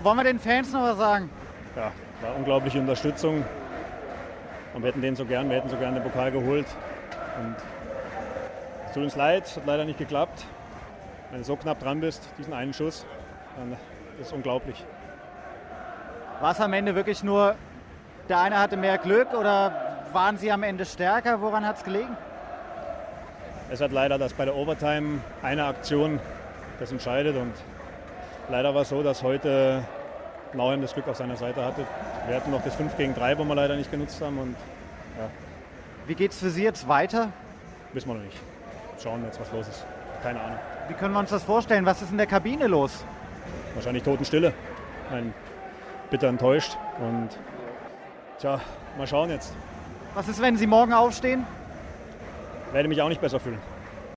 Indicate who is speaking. Speaker 1: Wollen wir den Fans noch was sagen?
Speaker 2: Ja, war unglaubliche Unterstützung. Und wir hätten den so gern, wir hätten so gern den Pokal geholt. Und es tut uns leid, hat leider nicht geklappt. Wenn du so knapp dran bist, diesen einen Schuss, dann ist es unglaublich.
Speaker 1: War es am Ende wirklich nur, der eine hatte mehr Glück oder waren sie am Ende stärker? Woran hat es gelegen?
Speaker 2: Es hat leider, dass bei der Overtime eine Aktion das entscheidet und leider war es so, dass heute Nauheim das Glück auf seiner Seite hatte. Wir hatten noch das 5 gegen 3, wo wir leider nicht genutzt haben und ja,
Speaker 1: Wie geht es für Sie jetzt weiter?
Speaker 2: wissen wir noch nicht. Schauen wir jetzt, was los ist. Keine Ahnung.
Speaker 1: Wie können wir uns das vorstellen? Was ist in der Kabine los?
Speaker 2: Wahrscheinlich Totenstille. Ein bitter enttäuscht und tja, mal schauen jetzt.
Speaker 1: Was ist, wenn Sie morgen aufstehen?
Speaker 2: Werde mich auch nicht besser fühlen.